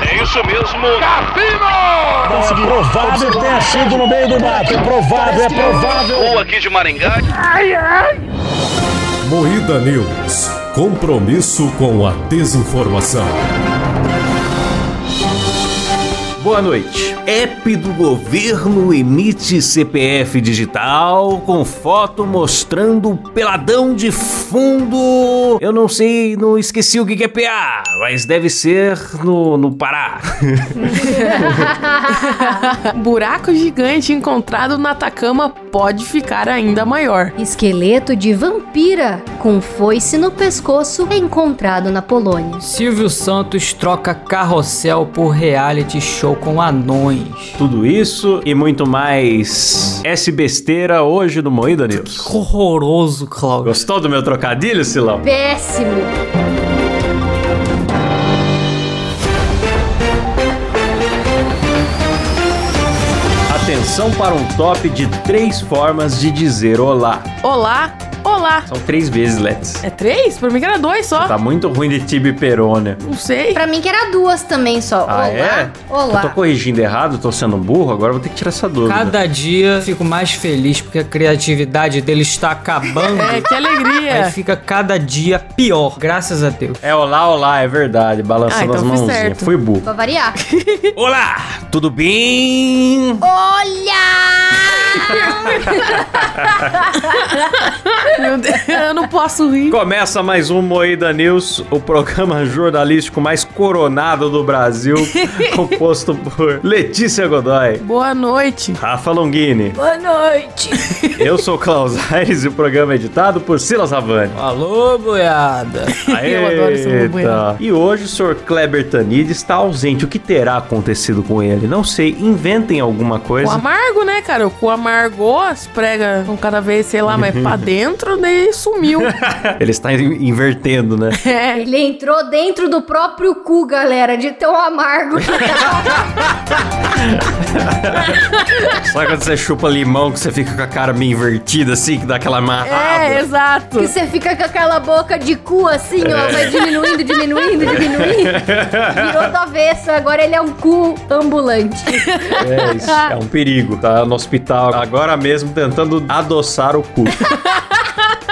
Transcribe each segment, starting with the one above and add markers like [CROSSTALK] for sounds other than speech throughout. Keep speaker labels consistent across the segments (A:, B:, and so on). A: É isso mesmo. Cassino!
B: Conseguiu. Provável tenha sido no meio do mato. É provável, é provável.
A: Ou aqui de Maringá.
C: Moída News. Compromisso com a desinformação.
D: Boa noite. App do governo emite CPF digital com foto mostrando peladão de fundo. Eu não sei, não esqueci o que que é PA, mas deve ser no, no Pará. [LAUGHS]
E: Buraco gigante encontrado na Atacama pode ficar ainda maior.
F: Esqueleto de vampira com foice no pescoço é encontrado na Polônia.
G: Silvio Santos troca carrossel por reality show com anões.
D: Tudo isso e muito mais S besteira hoje no Moída News.
G: Horroroso, Cláudio.
D: Gostou do meu trocadilho, Silão?
F: Péssimo.
D: Atenção para um top de três formas de dizer olá.
E: Olá, olá.
D: São três vezes, Let's.
E: É três? Por mim que era dois só.
D: Tá muito ruim de tibi perona.
E: Não sei.
F: Pra mim que era duas também só.
D: Ah,
F: olá,
D: é? Eu tô
F: olá.
D: corrigindo errado, tô sendo burro, agora vou ter que tirar essa dúvida.
G: Cada dia fico mais feliz porque a criatividade dele está acabando.
E: É,
D: [LAUGHS]
E: que
G: Aí
E: alegria.
G: fica cada dia pior, graças a Deus.
D: É olá, olá, é verdade,
E: Ah,
D: balançando
E: então
D: as
E: fui
D: mãozinhas.
E: certo.
D: Fui burro.
F: Pra variar.
D: Olá, tudo bem? [LAUGHS]
F: Olha!
E: Meu Deus, eu não posso rir.
D: Começa mais um Moída News, o programa jornalístico mais coronado do
E: [LAUGHS]
D: Brasil, composto por Letícia Godoy,
E: Boa noite.
D: Rafa Longini.
F: Boa noite.
D: Eu sou o Klaus Aires e o programa é editado por Silas Havani.
G: Alô, boiada.
E: Eu adoro esse
D: Eita.
E: boiada.
D: E hoje o senhor Kleber Tanid está ausente. O que terá acontecido com ele? Não sei. Inventem alguma
E: O
D: coisa.
E: amargo, né, cara? O cu amargou, as pregas com cada vez, sei lá, mas
D: [LAUGHS]
E: pra dentro, daí sumiu.
D: Ele está in- invertendo,
E: [LAUGHS]
D: né?
E: É.
F: Ele entrou dentro do próprio cu, galera, de tão amargo. tá.
D: [LAUGHS] Sabe quando você chupa limão que você fica com a cara meio invertida assim, que dá aquela amarrada?
E: É, exato.
F: que você fica com aquela boca de cu assim, ó,
D: É.
F: vai diminuindo,
D: [LAUGHS]
F: diminuindo, diminuindo. Virou do avesso, agora ele é um cu ambulante.
D: É, isso é um perigo. Tá no hospital agora mesmo tentando adoçar o
E: [LAUGHS]
D: cu.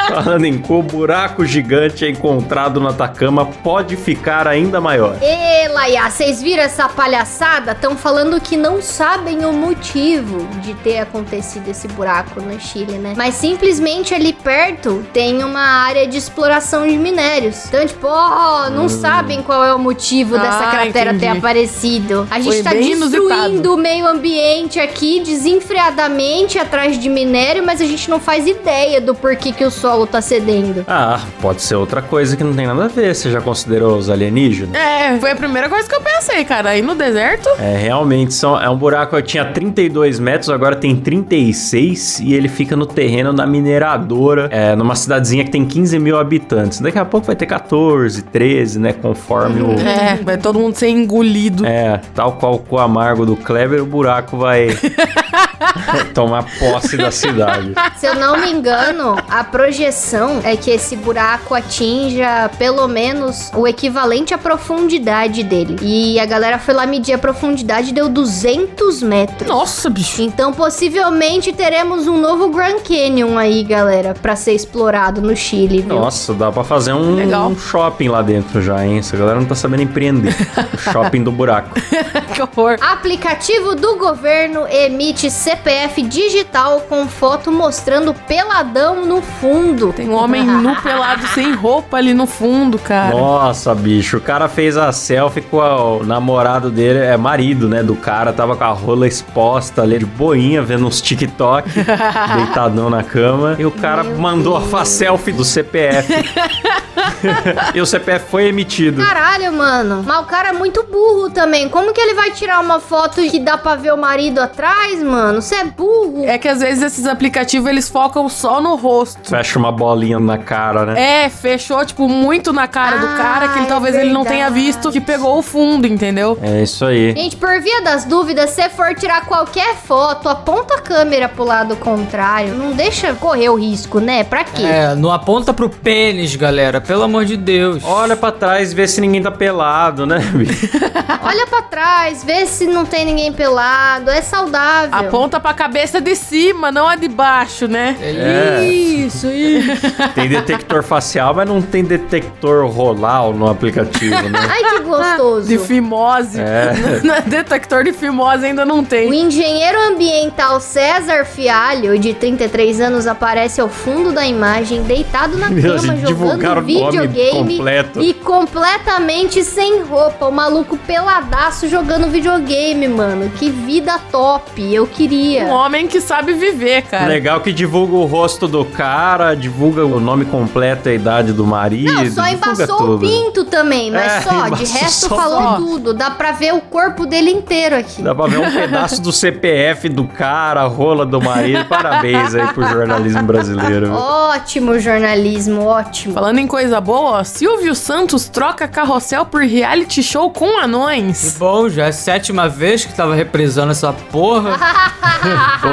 D: Falando em cu, buraco gigante é encontrado na Atacama pode ficar ainda maior.
F: Ê, Laia, vocês viram essa palhaçada? Estão falando que não sabem o motivo de ter acontecido esse buraco no Chile, né? Mas simplesmente ali perto tem uma área de exploração de minérios. Então, tipo, ó, não sabem qual é o motivo dessa
E: Hum. Ah,
F: cratera ter
E: entendi.
F: aparecido. A gente
E: Foi
F: tá
E: bem
F: destruindo
E: inusitado.
F: o meio ambiente aqui desenfreadamente atrás de minério, mas a gente não faz ideia do porquê que o solo tá cedendo.
D: Ah, pode ser outra coisa que não tem nada a ver. Você já considerou os alienígenas?
E: É, foi a primeira coisa que eu pensei, cara. Aí no deserto,
D: É, realmente, são, é um buraco que tinha 32 metros, agora tem 36 e ele fica no terreno da mineradora, é, numa cidadezinha que tem 15 mil habitantes. Daqui a pouco vai ter 14, 13, né? Conforme
E: [LAUGHS]
D: o.
E: é, vai todo mundo ser engolido.
D: É, tal qual o cu amargo do Kleber, o buraco vai tomar posse da cidade.
F: Se eu não me engano, a projeção é que esse buraco atinja pelo menos o equivalente à profundidade dele. E a galera foi lá medir a profundidade e deu 200 metros.
E: Nossa, bicho. [LAUGHS]
F: Então, possivelmente teremos um novo Grand Canyon aí, galera, pra ser explorado no Chile, viu?
D: Nossa, dá pra fazer um,
E: Legal.
D: um shopping lá dentro já, hein? Essa galera não tá sabendo empreender. o shopping do buraco.
E: Que horror.
F: Aplicativo do governo emite CPF digital com foto mostrando peladão no fundo.
E: Tem um
F: [LAUGHS]
E: homem nu pelado sem roupa ali no fundo, cara.
D: Nossa, bicho, o cara fez a selfie com a- o namorado dele, é marido, né, do cara, tava com a rola exposta ali, de boinha, vendo uns TikTok, deitadão na cama, e o cara mandou a selfie do CPF. e o CPF foi emitido.
F: Caralho, mano. Mas o cara é muito burro também. Como que ele vai tirar uma foto que dá pra ver o marido atrás, mano? Você é burro.
E: É que às vezes esses aplicativos eles focam só no rosto.
D: Fecha uma bolinha na cara, né?
E: É, fechou, tipo, muito na cara do
F: Ah,
E: cara que ele-
F: é
E: talvez ele não tenha
F: verdade.
E: visto que pegou o fundo, entendeu?
D: É isso aí.
F: Gente, por via das dúvidas, se for tirar qualquer foto, aponta a câmera pro lado
E: É.
F: contrário. Não deixa correr o risco, né? Pra quê?
G: É, não aponta pro pênis, galera. pelo amor de Deus.
D: Olha pra trás, vê se ninguém tá pelado, né, bicho?
F: [LAUGHS] Olha pra trás, vê se não tem ninguém pelado. É saudável.
E: Aponta pra cabeça de cima, não a de baixo, né?
D: É.
E: Isso, isso.
D: Tem detector facial, mas não tem detector rolar no aplicativo, né?
F: Ai,
E: [LAUGHS]
F: que gostoso.
E: De fimose.
D: É.
E: [LAUGHS] Não é detector de fimose ainda não
F: O
E: tem.
F: engenheiro ambiental César Fialho, de 33 anos, aparece ao fundo da imagem, deitado na
D: [LAUGHS] Meu,
F: cama,
D: gente, divulgaram
F: jogando
D: o nome
F: videogame
D: completo.
F: e completamente sem roupa. O maluco peladaço jogando videogame, mano. Que vida top, eu queria.
E: Um homem que sabe viver, cara.
D: Legal que divulga o rosto do cara, divulga o nome completo, a idade do marido.
F: Não, só
D: divulga
F: embaçou o
D: tudo.
F: pinto também, mas
D: É,
F: só, de
D: embaçou
F: resto
D: só.
F: falou tudo. Dá pra ver o corpo dele inteiro aqui.
D: Dá pra ver um pedaço do CPF do cara, a rola do marido. Parabéns aí pro jornalismo
F: Tá
D: brasileiro.
F: Ótimo jornalismo, ótimo.
E: Falando em coisa boa, ó, Silvio Santos troca carrossel por reality show com
G: Que
E: anões.
G: bom, já é a sétima vez que tava reprisando essa porra.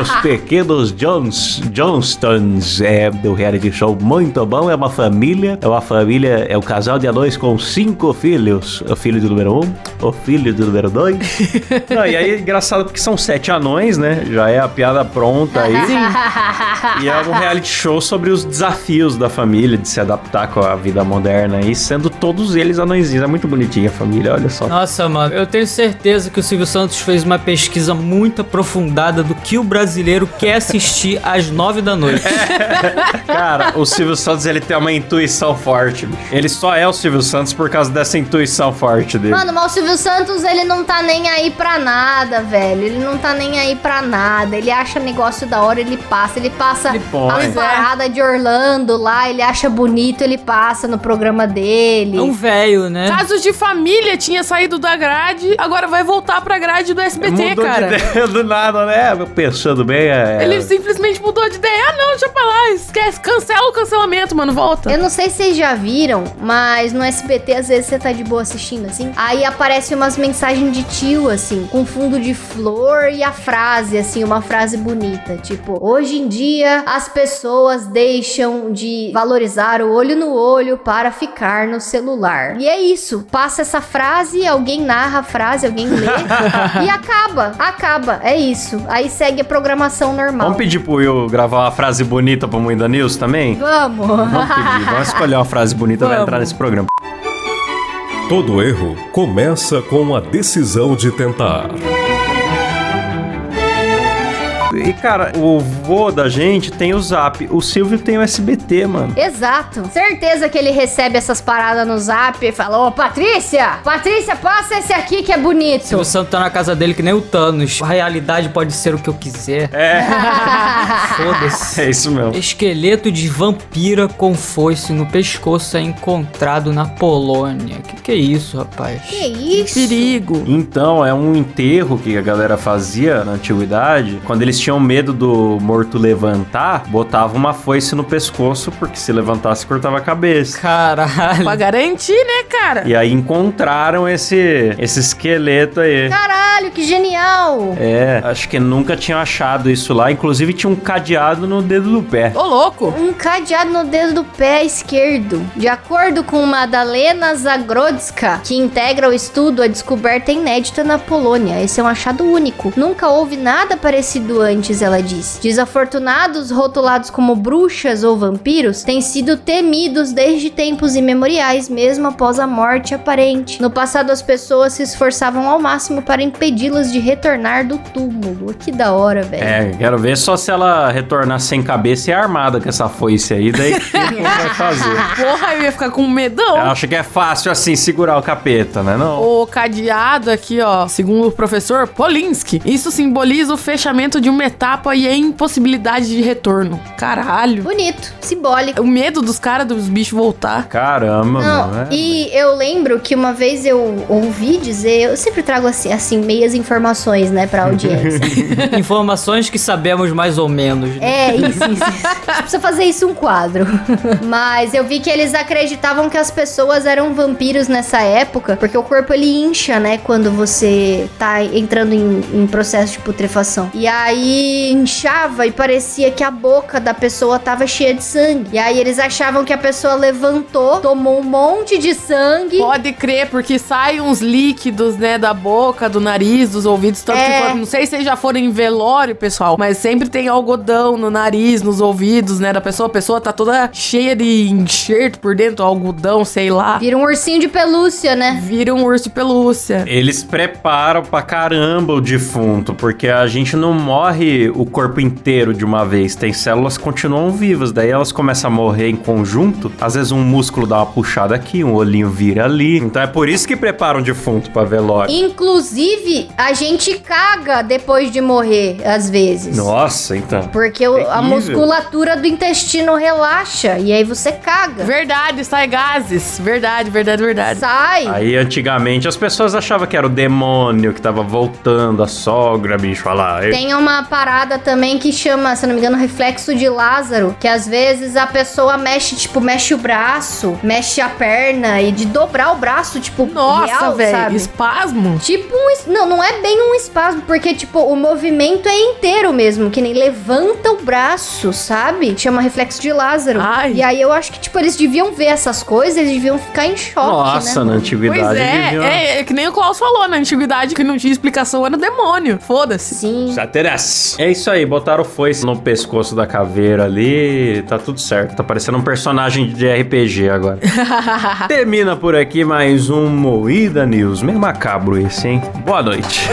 D: Os pequenos Johns, Johnstons é do reality show muito bom. É uma família, é uma família, é um casal de anões com cinco filhos. O filho do número um, o filho do número
F: [LAUGHS]
D: dois. Não, e aí é engraçado porque são sete anões, né? Já é a piada pronta aí.
F: [LAUGHS]
D: E é um reality show sobre os desafios da família de se adaptar com a vida moderna e sendo todos eles anõezinhos. É muito bonitinha a família, olha só.
G: Nossa, mano, eu tenho certeza que o Silvio Santos fez uma pesquisa muito aprofundada do que o brasileiro quer assistir [LAUGHS] às nove da noite.
F: É.
D: Cara, o Silvio Santos ele tem uma intuição forte. bicho. Ele só é o Silvio Santos por causa dessa intuição forte dele.
F: Mano, mas o Silvio Santos, ele não tá nem aí pra nada, velho. Ele não tá nem aí pra nada. Ele acha negócio da hora, ele passa. Ele passa
D: Ele põe.
G: é.
F: as paradas de Orlando lá, ele acha bonito, ele passa no programa dele.
G: É um velho, né?
E: Casos de família tinha saído da grade, agora vai voltar pra grade do SBT,
D: Mudou
E: cara.
D: de ideia do nada, né? Pensando bem, é...
E: Ele simplesmente mudou de ideia. Ah, não, deixa pra lá, esquece. Cancela o cancelamento, mano,
D: Tá.
E: volta.
F: Eu não sei se vocês já viram, mas no SBT às vezes você tá de boa assistindo assim. Aí aparece umas mensagens de tio assim, com fundo de flor e a frase assim, uma frase bonita, tipo: "Hoje em dia as pessoas deixam de valorizar o olho no olho para ficar no celular". E é isso, passa essa frase, alguém narra a frase,
D: [LAUGHS]
F: alguém lê e acaba, acaba, é isso. Aí segue a programação normal.
D: Vamos pedir pro Will gravar uma frase bonita pro Muita News também?
F: Vamos.
D: Vamos pedir, vamos escolher uma frase bonita pra
G: Vamos.
D: entrar nesse programa.
C: Todo erro começa com a decisão de tentar.
D: E, cara, o vô da gente tem o Zap, o Silvio tem o SBT, mano.
F: Exato. Certeza que ele recebe essas paradas no zap e fala: Ô, Patrícia! Patrícia, passa esse aqui que é bonito.
G: Silvio Santos tá na casa dele que nem o Thanos. A realidade pode ser o que eu quiser.
D: É,
G: Foda-se.
D: [LAUGHS] é isso mesmo.
G: Esqueleto de vampira com foice no pescoço é encontrado na Polônia. Que que é isso, rapaz?
F: que isso?
E: Perigo.
D: Então, é um enterro que a galera fazia na antiguidade. Quando eles tinham medo do morto levantar, botava uma foice no pescoço, porque se levantasse, cortava a cabeça.
E: Pra
G: Caralho. [LAUGHS]
E: garantir, né, cara?
D: E aí encontraram esse, esse esqueleto aí.
F: Caralho, que genial!
D: É, acho que nunca tinham achado isso lá. Inclusive, tinha um cadeado no dedo do pé.
E: Ô, louco.
F: Um cadeado no dedo do pé esquerdo. De acordo com Madalena Zagrodska, que integra o estudo, a descoberta é inédita na Polônia. Esse é um achado único. Nunca houve nada parecido antes, ela diz. Desafortunados, rotulados como bruxas ou vampiros, têm sido temidos desde tempos imemoriais, mesmo após a morte aparente. No passado, as pessoas se esforçavam ao máximo para impedi-los de retornar do túmulo. Que da hora, velho.
D: É, quero ver só se ela retornar sem cabeça e armada com essa foice aí, daí o que que vai
E: [LAUGHS]
D: fazer?
E: Porra, eu ia ficar com
D: Ela
E: medão.
D: acha que é fácil assim segurar o capeta, né? Não.
E: O cadeado aqui, ó, segundo o professor Polinski, isso simboliza o fechamento de uma etapa e a impossibilidade de retorno. Caralho.
F: Bonito, simbólico.
E: O medo dos caras, dos bichos voltar.
D: Caramba,
F: Não,
D: mano. é.
F: e eu lembro que uma vez eu ouvi dizer, eu sempre trago assim, assim, meio alheias informações, né, pra audiência. [LAUGHS]
G: Informações que sabemos mais ou menos. né?
F: É, isso, isso. isso. Precisa fazer isso um quadro. [LAUGHS] Mas eu vi que eles acreditavam que as pessoas eram vampiros nessa época, porque o corpo ele incha, né, quando você tá entrando em, em processo de putrefação. E aí inchava e parecia que a boca da pessoa tava cheia de sangue. E aí eles achavam que a pessoa levantou, tomou um monte de sangue.
E: Pode crer, porque saem uns líquidos, né, da boca, do nariz, dos ouvidos, tanto
F: É.
E: que quando- não sei se vocês já foram em velório, pessoal, mas sempre tem algodão no nariz, nos ouvidos, né, da pessoa. A pessoa tá toda cheia de enxerto por dentro, algodão, sei lá.
F: Vira um ursinho de pelúcia, né?
E: Vira um urso de pelúcia.
D: Eles preparam pra caramba o defunto, porque a gente não morre o corpo inteiro de uma vez. Tem células que continuam vivas, daí elas começam a morrer em conjunto. Às vezes um músculo dá uma puxada aqui, um olhinho vira ali. Então é por isso que preparam o defunto pra velório.
F: Inclusive, a gente caga depois de morrer, às vezes.
D: Nossa, então.
F: Porque o- a
D: Terrível.
F: musculatura do intestino relaxa e aí você caga.
E: Verdade, sai gases. Verdade, verdade, verdade.
F: Sai.
D: Aí antigamente as pessoas achavam que era o demônio que tava voltando, a sogra, bicho, olha lá. Eu-
F: Tem uma parada também que chama, se eu não me engano, reflexo de Lázaro, que às vezes a pessoa mexe, tipo, mexe o braço, mexe a perna e de dobrar o braço, tipo,
E: Nossa,
F: real,
E: velho.
F: sabe?
E: Espasmo.
F: Tipo um. es- Não, não é bem um espasmo, porque, tipo, o movimento é inteiro mesmo, que nem levanta o braço, sabe? Chama reflexo de Lázaro.
E: Ai.
F: E aí eu acho que, tipo, eles deviam ver essas coisas, eles deviam ficar em choque.
D: Nossa,
F: né?
D: na
E: Pois
D: antiguidade
E: é,
D: viviam-
E: é, é que nem o Klaus falou, na antiguidade que não tinha explicação era o demônio. Foda-se.
F: Sim.
D: É isso aí, botaram o foice no pescoço da caveira ali, tá tudo certo. Tá parecendo um personagem de RPG agora. Termina por aqui mais um Moída News. Meio macabro esse, hein? Boa noite.